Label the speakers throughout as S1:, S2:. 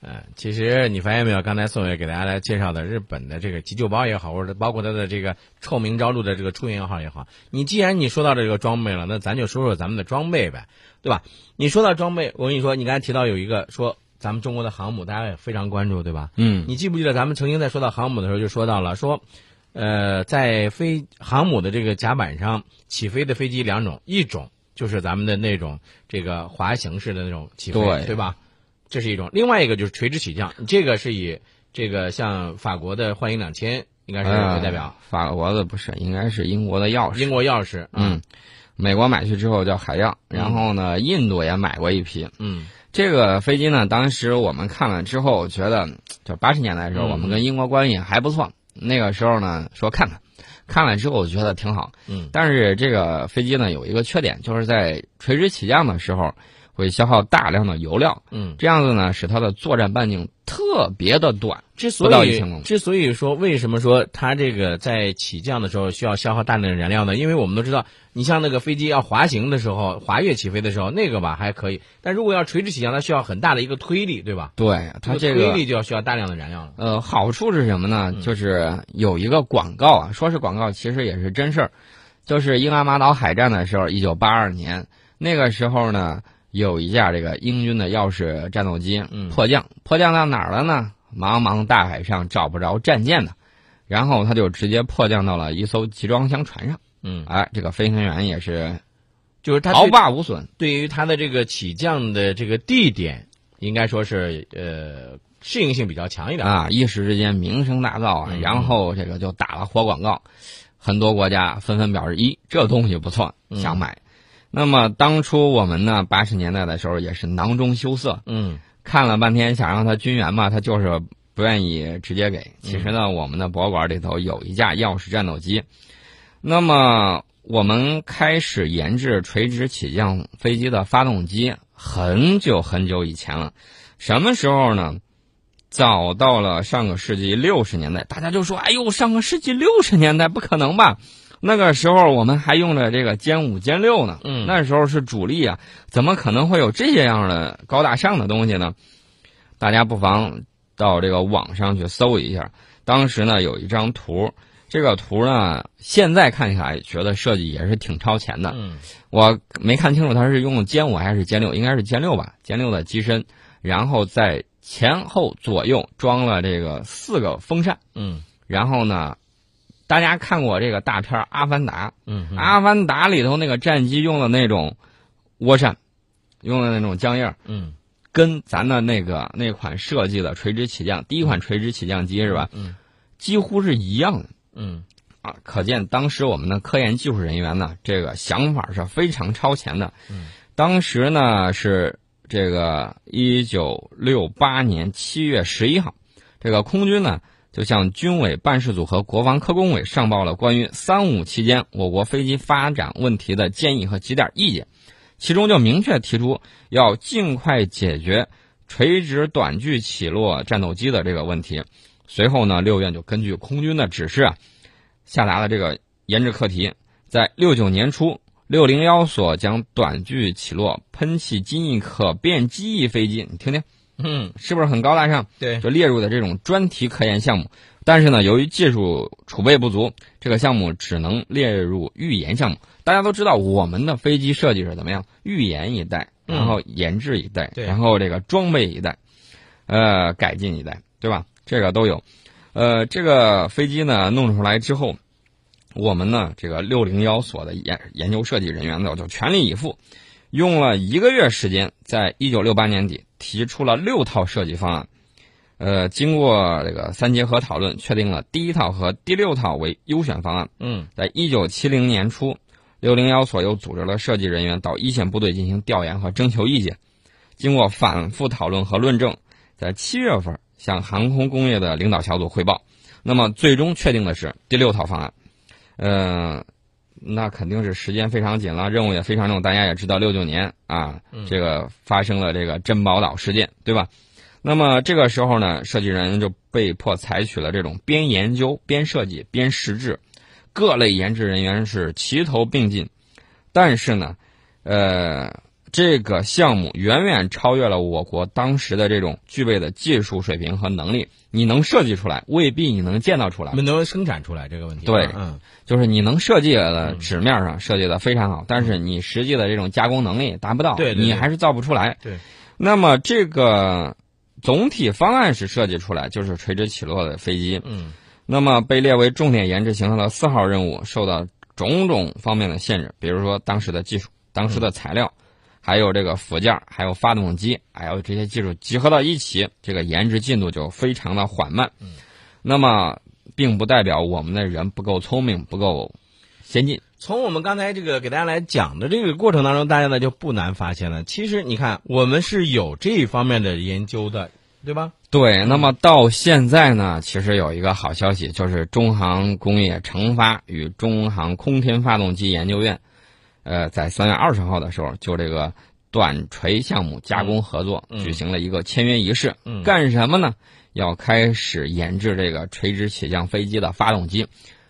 S1: 嗯，其实你发现没有，刚才宋伟给大家来介绍的日本的这个急救包也好，或者包括它的这个臭名昭著的这个出云号也好，你既然你说到这个装备了，那咱就说说咱们的装备呗，对吧？你说到装备，我跟你说，你刚才提到有一个说咱们中国的航母，大家也非常关注，对吧？
S2: 嗯
S1: 你记不记得咱们曾经在说到航母的时候就说到了说，呃，在飞航母的这个甲板上起飞的飞机两种，一种就是咱们的那种这个滑行式的那种起飞，
S2: 对
S1: 吧？这是一种，另外一个就是垂直起降，这个是以这个像法国的幻影两千应该是为代表，
S2: 呃法国的不是，应该啊是英国的钥匙。
S1: 英国钥匙，啊
S2: 嗯，美国买去之后叫海样，然后呢，印度也买过一批。
S1: 嗯
S2: 这个飞机呢，当时我们看了之后，觉得就八十年代的时候，
S1: 嗯
S2: 我们跟英国关系还不错。那个时候呢，说看看，看了之后觉得挺好。
S1: 嗯
S2: 但是这个飞机呢，有一个缺点，就是在垂直起降的时候会消耗大量的油量，
S1: 嗯，
S2: 这样子呢，使它的作战半径特别的短。
S1: 之所
S2: 不到一
S1: 以
S2: 千公里
S1: 之所以说为什么说它这个在起降的时候需要消耗大量的燃料呢？因为我们都知道，你像那个飞机要滑行的时候，滑跃起飞的时候，那个吧还可以，但如果要垂直起降，它需要很大的一个推力，对吧？
S2: 对它
S1: 个
S2: 这个
S1: 推力就要需要大量的燃料了。
S2: 呃，好处是什么呢？就是有一个广告啊，说是广告，其实也是真事儿。就是英阿马岛海战的时候，一九八二年那个时候呢，有一架这个英军的钥匙战斗机
S1: 嗯
S2: 迫降，迫降到哪儿了呢？茫茫大海上找不着战舰呢，然后他就直接迫降到了一艘集装箱船上。
S1: 嗯，
S2: 哎，这个飞行员也是
S1: 就是它
S2: 毫
S1: 对
S2: 发无损。
S1: 对于它的这个起降的这个地点，应该说是呃适应性比较强一点。
S2: 啊，一时之间名声大噪啊
S1: 嗯，
S2: 然后这个就打了活广告，很多国家纷纷表示：一，这东西不错，
S1: 嗯
S2: 想买。那么当初我们呢，八十年代的时候也是囊中羞涩，
S1: 嗯
S2: 看了半天想让它军援嘛，他就是不愿意直接给。其实呢，我们的博物馆里头有一架钥匙战斗机，那么我们开始研制垂直起降飞机的发动机，很久很久以前了。什么时候呢？早到了上个世纪六十年代，大家就说：“哎呦，上个世纪六十年代不可能吧？”那个时候我们还用着这个歼五、歼六呢，
S1: 嗯
S2: 那时候是主力啊，怎么可能会有这样的高大上的东西呢？大家不妨到这个网上去搜一下，当时呢有一张图，这个图呢现在看起来觉得设计也是挺超前的，
S1: 嗯
S2: 我没看清楚它是用歼五还是歼六，应该是歼六吧，歼六的机身，然后在前后左右装了这个四个风扇，
S1: 嗯
S2: 然后呢，大家看过这个大片儿《阿凡达》，
S1: 嗯
S2: 《
S1: 嗯
S2: 阿凡达》里头那个战机用的那种涡扇，用的那种浆叶儿，
S1: 嗯
S2: 跟咱的那个那款设计的垂直起降第一款垂直起降机是吧？
S1: 嗯，
S2: 几乎是一样的
S1: 嗯
S2: 啊，可见当时我们的科研技术人员呢，这个想法是非常超前的。
S1: 嗯，
S2: 当时呢是这个一九六八年七月十一号，这个空军呢。就向军委办事组和国防科工委上报了关于“三五”期间我国飞机发展问题的建议和几点意见，其中就明确提出要尽快解决垂直短距起落战斗机的这个问题。随后呢，六院就根据空军的指示啊，下达了这个研制课题。在六九年初，六零幺所将短距起落喷气机翼可变机翼飞机，你听听
S1: 嗯，
S2: 是不是很高大上？
S1: 对，
S2: 就列入的这种专题科研项目。但是呢，由于技术储备不足，这个项目只能列入预研项目。大家都知道我们的飞机设计是怎么样，预研一代，
S1: 嗯
S2: 然后研制一代，
S1: 对
S2: 然后这个装备一代，呃，改进一代，对吧？这个都有。呃，这个飞机呢弄出来之后，我们呢这个六零幺所的研研究设计人员呢就全力以赴，用了一个月时间，在一九六八年底提出了六套设计方案。呃，经过这个三结合讨论，确定了第一套和第六套为优选方案。
S1: 嗯
S2: 在一九七零年初，六零幺所又组织了设计人员到一线部队进行调研和征求意见。经过反复讨论和论证，在七月份向航空工业的领导小组汇报。那么最终确定的是第六套方案。呃，那肯定是时间非常紧了，任务也非常重。大家也知道，六九年啊，这个发生了这个珍宝岛事件，对吧？那么这个时候呢，设计人员就被迫采取了这种边研究边设计边实制，各类研制人员是齐头并进。但是呢，呃，这个项目远远超越了我国当时的这种具备的技术水平和能力。你能设计出来，未必你能建造出来
S1: 我。们能生产出来这个问题。
S2: 对
S1: 嗯，
S2: 就是你能设计的纸面上设计的非常好，但是你实际的这种加工能力达不到，
S1: 对对对
S2: 你还是造不出来。
S1: 对，
S2: 那么这个总体方案是设计出来，就是垂直起落的飞机。
S1: 嗯，
S2: 那么被列为重点研制型号的四号任务受到种种方面的限制，比如说当时的技术、当时的材料，还有这个附件、还有发动机，还有这些技术集合到一起，这个研制进度就非常的缓慢。那么并不代表我们的人不够聪明、不够先进。
S1: 从我们刚才这个给大家来讲的这个过程当中，大家呢就不难发现了，其实你看我们是有这方面的研究的，对吧？
S2: 对，
S1: 嗯
S2: 那么到现在呢，其实有一个好消息，就是中航工业成发与中航空天发动机研究院，呃，在三月二十号的时候，就这个短锤项目加工合作、
S1: 嗯
S2: 举行了一个签约仪式。
S1: 嗯
S2: 干什么呢？要开始研制这个垂直起降飞机的发动机，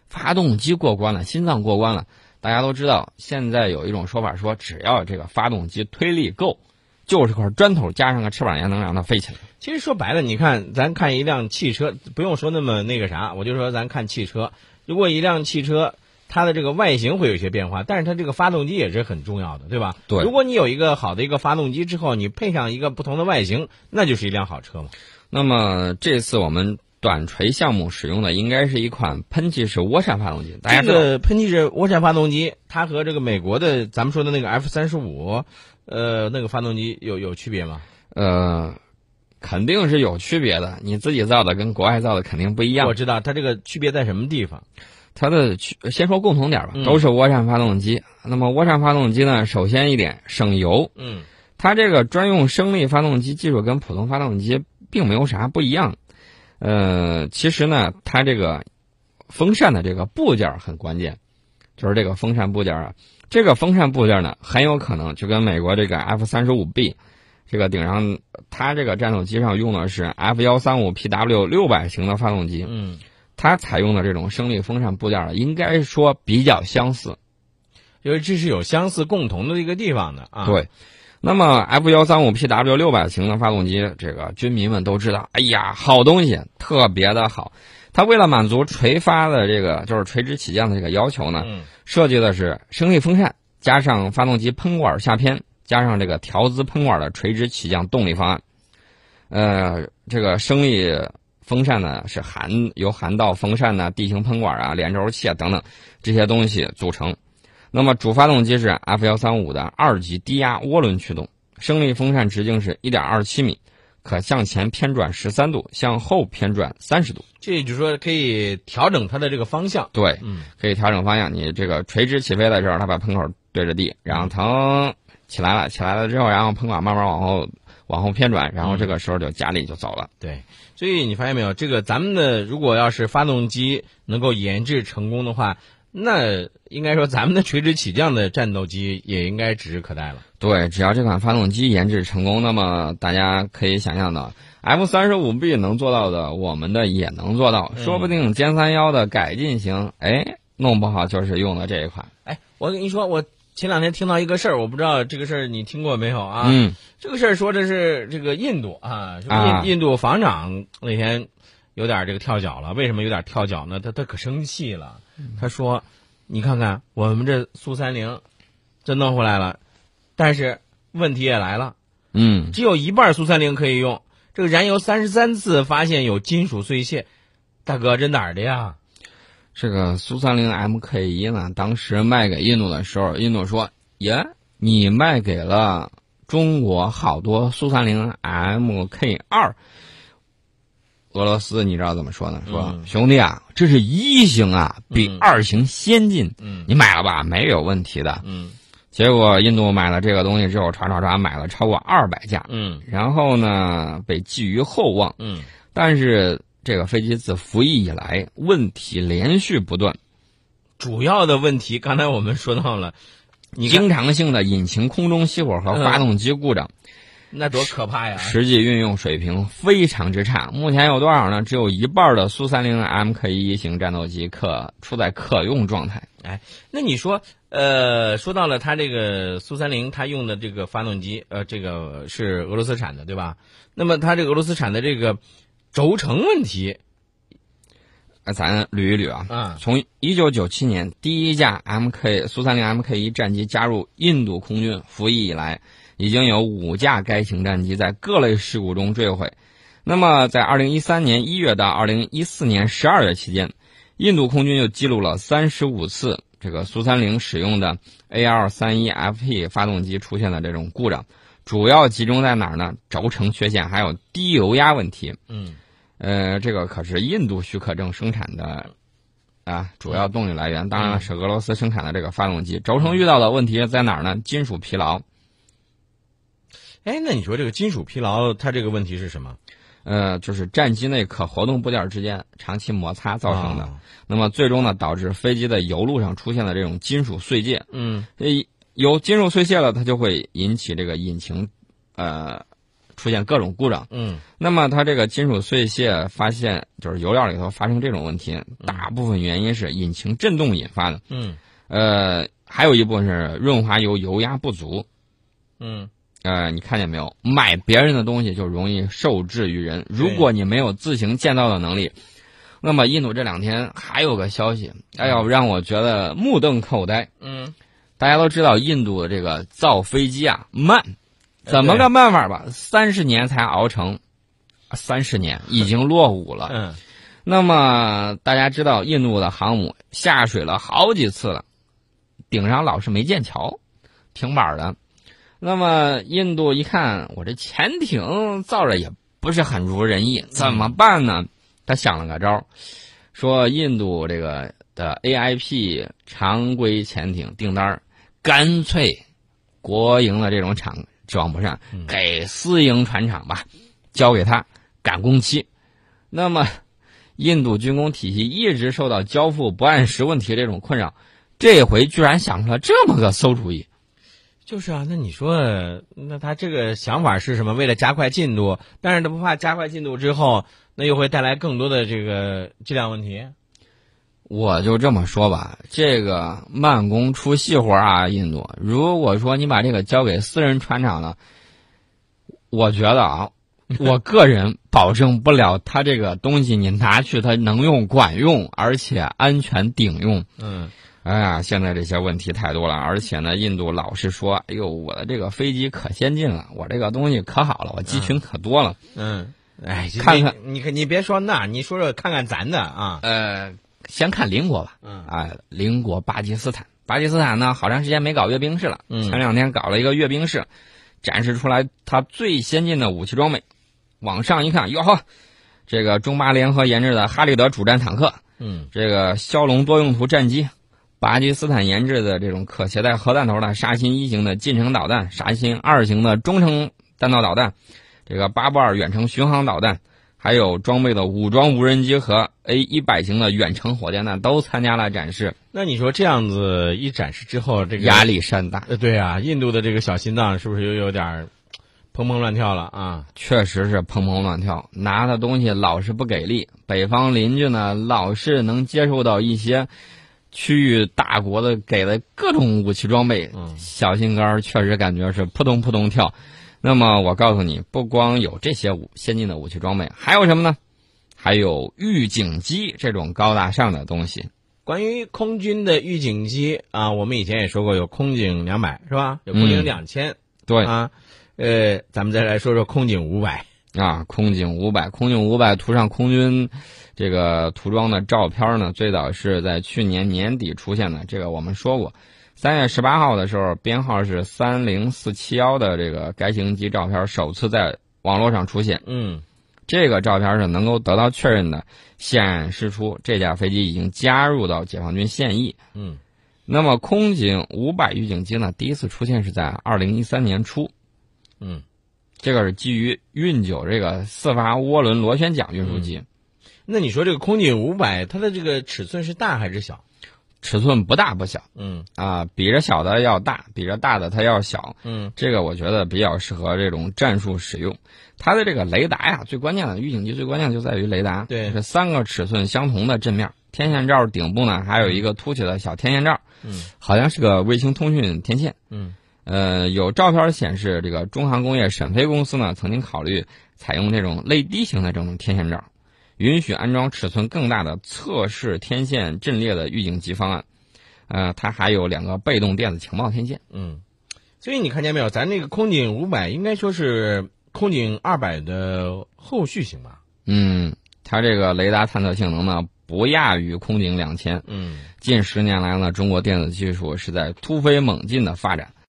S2: 发动机过关了，心脏过关了。大家都知道，现在有一种说法说，只要这个发动机推力够，就是块砖头加上个翅膀也能让它飞起来。
S1: 其实说白了，你看，咱看一辆汽车，不用说那么那个啥，我就说咱看汽车。如果一辆汽车它的这个外形会有一些变化，但是它这个发动机也是很重要的，对吧？
S2: 对
S1: 如果你有一个好的一个发动机之后，你配上一个不同的外形，那就是一辆好车嘛。
S2: 那么这次我们短锤项目使用的应该是一款喷气式涡扇发动机，大家
S1: 这
S2: 知道，
S1: 个喷气式涡扇发动机，它和这个美国的咱们说的那个 F 三十五，呃，那个发动机有有区别吗？
S2: 呃，肯定是有区别的。你自己造的跟国外造的肯定不一样
S1: 我。知道它这个区别在什么地方。
S2: 它的区先说共同点吧
S1: 嗯，
S2: 都是涡扇发动机。那么涡扇发动机呢，首先一点省油，
S1: 嗯
S2: 它这个专用升力发动机技术跟普通发动机并没有啥不一样。呃，其实呢，它这个风扇的这个部件儿很关键，就是这个风扇部件儿啊，这个风扇部件儿呢，很有可能就跟美国这个 F 三十五 B 这个顶上，它这个战斗机上用的是 F 幺三五 PW 六百型的发动机，
S1: 嗯，
S2: 它采用的这种升力风扇部件儿啊应该说比较相似。
S1: 因为这是有相似共同的一个地方的啊。
S2: 对，那么 F 幺三五 PW 六百型的发动机，这个军迷们都知道，哎呀，好东西，特别的好。它为了满足垂发的这个就是垂直起降的这个要求呢，
S1: 嗯
S2: 设计的是升力风扇加上发动机喷管下偏，加上这个调姿喷管的垂直起降动力方案。呃，这个升力风扇呢是含由涵道风扇呐、地形喷管啊、连轴器啊等等这些东西组成。那么主发动机是 F 幺三五的二级低压涡轮驱动，升力风扇直径是1.27米，可向前偏转13度，向后偏转30度。
S1: 这也就是说可以调整它的这个方向。
S2: 对，
S1: 嗯
S2: 可以调整方向。你这个垂直起飞的时候，它把喷口对着地，然
S1: 嗯
S2: 后腾起来了，起来了之后，然后喷管慢慢往后往后偏转，然
S1: 嗯
S2: 后这个时候就加力就走了。，
S1: 对，所以你发现没有，这个咱们的如果要是发动机能够研制成功的话，那应该说咱们的垂直起降的战斗机也应该指日可待了。
S2: 对，只要这款发动机研制成功，那么大家可以想象到。F 三十五 B 能做到的，我们的也能做到，
S1: 嗯
S2: 说不定歼三幺的改进型，哎，弄不好就是用的这一款。
S1: 哎，我跟你说，我前两天听到一个事儿，我不知道这个事儿你听过没有啊？
S2: 嗯，
S1: 这个事儿说的是这个印度啊，说印、
S2: 啊
S1: 印度防长那天有点这个跳脚了。为什么有点跳脚呢？他他可生气了，他说：“你看看我们这苏三零，这弄回来了，但是问题也来了，
S2: 嗯，
S1: 只有一半苏三零可以用。这个燃油三十三次发现有金属碎屑，大哥这哪儿的呀？
S2: 这个苏三零 MK 一呢，当时卖给印度的时候，印度说：“耶，你卖给了中国好多苏三零 MK 二。”俄罗斯你知道怎么说呢？说、
S1: 嗯
S2: 兄弟啊，这是一型啊，比
S1: 嗯
S2: 二型先进，
S1: 嗯
S2: 你买了吧，没有问题的。
S1: 嗯
S2: 结果印度买了这个东西之后，唰唰唰买了超过二百架，
S1: 嗯
S2: 然后呢被寄予厚望。
S1: 嗯，
S2: 但是这个飞机自服役以来，问题连续不断。
S1: 主要的问题刚才我们说到了，你看嗯
S2: 经常性的引擎空中熄火和发动机故障。
S1: 那多可怕呀！
S2: 实际运用水平非常之差。目前有多少呢？只有一半的苏三零 MK 一型战斗机可处在可用状态。
S1: 那你说，呃，说到了它这个苏三零，它用的这个发动机，呃，这个是俄罗斯产的，对吧？那么它这个俄罗斯产的这个轴承问题
S2: 呃咱捋一捋啊，
S1: 啊，
S2: 从一九九七年第一架 MK 苏三零 MK 一战机加入印度空军服役以来，已经有五架该型战机在各类事故中坠毁。那么，在二零一三年一月到二零一四年十二月期间，印度空军又记录了三十五次这个苏三零使用的 AL 三一 FP 发动机出现的这种故障，主要集中在哪儿呢？轴承缺陷，还有低油压问题。
S1: 嗯，
S2: 呃，这个可是印度许可证生产的啊主要动力来源，当然了是俄罗斯生产的这个发动机。轴承遇到的问题在哪儿呢？金属疲劳。
S1: 哎，那你说这个金属疲劳，它这个问题是什么
S2: 呃，就是战机内可活动部件之间长期摩擦造成的，
S1: 啊
S2: 那么最终呢，导致飞机的油路上出现了这种金属碎屑。
S1: 嗯，
S2: 呃，有金属碎屑了，它就会引起这个引擎，呃，出现各种故障。
S1: 嗯，
S2: 那么它这个金属碎屑发现，就是油料里头发生这种问题，大部分原因是引擎振动引发的。
S1: 嗯，
S2: 呃，还有一部分是润滑油油压不足。
S1: 嗯，
S2: 呃，你看见没有？买别人的东西就容易受制于人。如
S1: 对
S2: 果你没有自行建造的能力，那么印度这两天还有个消息，哎呦，让我觉得目瞪口呆。
S1: 嗯，
S2: 大家都知道印度的这个造飞机啊慢，
S1: 呃
S2: 怎么
S1: 对
S2: 个慢法吧？三十年才熬成，三十年已经落伍了。
S1: 嗯，
S2: 那么大家知道，印度的航母下水了好几次了，顶上老是没建桥，停板儿的。那么印度一看，我这潜艇造着也不是很如人意，怎么办呢？他想了个招儿，说印度这个的 AIP 常规潜艇订单儿干脆国营的这种厂指望不上，给私营船厂吧，交给他赶工期。那么，印度军工体系一直受到交付不按时问题这种困扰，这回居然想出了这么个馊主意。
S1: 就是啊，那你说，那他这个想法是什么？为了加快进度，但是他不怕加快进度之后，那又会带来更多的这个质量问题。
S2: 我就这么说吧，这个慢工出细活啊，印度。如果说你把这个交给私人船厂了，我觉得啊， 我个人保证不了它这个东西你拿去它能用、管用，而且安全顶用。
S1: 嗯，
S2: 哎呀，现在这些问题太多了，而且呢，印度老是说，哎呦，我的这个飞机可先进了，我这个东西可好了，我机群可多了。
S1: 嗯，哎，这
S2: 看看
S1: 你，你你别说那，你说说看看咱的啊，
S2: 呃，先看邻国吧，
S1: 嗯
S2: 啊，邻国巴基斯坦，巴基斯坦呢，好长时间没搞阅兵式了，
S1: 嗯
S2: 前两天搞了一个阅兵式，展示出来它最先进的武器装备，往上一看，哟呵，这个中巴联合研制的哈利德主战坦克，
S1: 嗯
S2: 这个枭龙多用途战机，巴基斯坦研制的这种可携带核弹头的沙欣一型的近程导弹，沙欣二型的中程弹道导弹，这个巴布尔远程巡航导弹，还有装备的武装无人机和 A 一百型的远程火箭弹都参加了展示，
S1: 那你说这样子一展示之后，这个
S2: 压力山大，
S1: 呃，对啊，印度的这个小心脏是不是又有点儿砰砰乱跳了啊？
S2: 确实是砰砰乱跳，拿的东西老是不给力。北方邻居呢，老是能接受到一些区域大国的给的各种武器装备，
S1: 嗯
S2: 小心肝儿确实感觉是扑通扑通跳。那么我告诉你，不光有这些武先进的武器装备，还有什么呢？还有预警机这种高大上的东西。
S1: 关于空军的预警机啊，我们以前也说过有空警两百是吧？有空警
S2: 嗯
S1: 两千、
S2: 对
S1: 啊，呃，咱们再来说说空警五百。
S2: 啊，空警五百，空警五百涂上空军这个涂装的照片呢，最早是在去年年底出现的，这个我们说过。三月十八号的时候，编号是三零四七幺的这个该型机照片首次在网络上出现，
S1: 嗯
S2: 这个照片是能够得到确认的，显示出这架飞机已经加入到解放军现役。
S1: 嗯
S2: 那么，空警五百预警机呢，第一次出现是在二零一三年初，
S1: 嗯，
S2: 这个是基于运九这个四发涡轮螺旋桨运输机。
S1: 那你说这个空警五百它的这个尺寸是大还是小？
S2: 尺寸不大不小
S1: 嗯
S2: 啊，比着小的要大，比着大的它要小。
S1: 嗯
S2: 这个我觉得比较适合这种战术使用。它的这个雷达呀，最关键的预警机最关键就在于雷达，
S1: 对
S2: 是三个尺寸相同的阵面，天线罩顶部呢还有一个凸起的小天线罩，
S1: 嗯，
S2: 好像是个卫星通讯天线。
S1: 嗯
S2: 呃，有照片显示，这个中航工业沈飞公司呢曾经考虑采用这种类低型的这种天线罩，允许安装尺寸更大的测试天线阵列的预警机方案。呃，它还有两个被动电子情报天线。
S1: 嗯，所以你看见没有？咱这个空警五百应该说是空警二百的后续型吧？
S2: 嗯，它这个雷达探测性能呢不亚于空警两千。
S1: 嗯。
S2: 近十年来呢，中国电子技术是在突飞猛进的发展。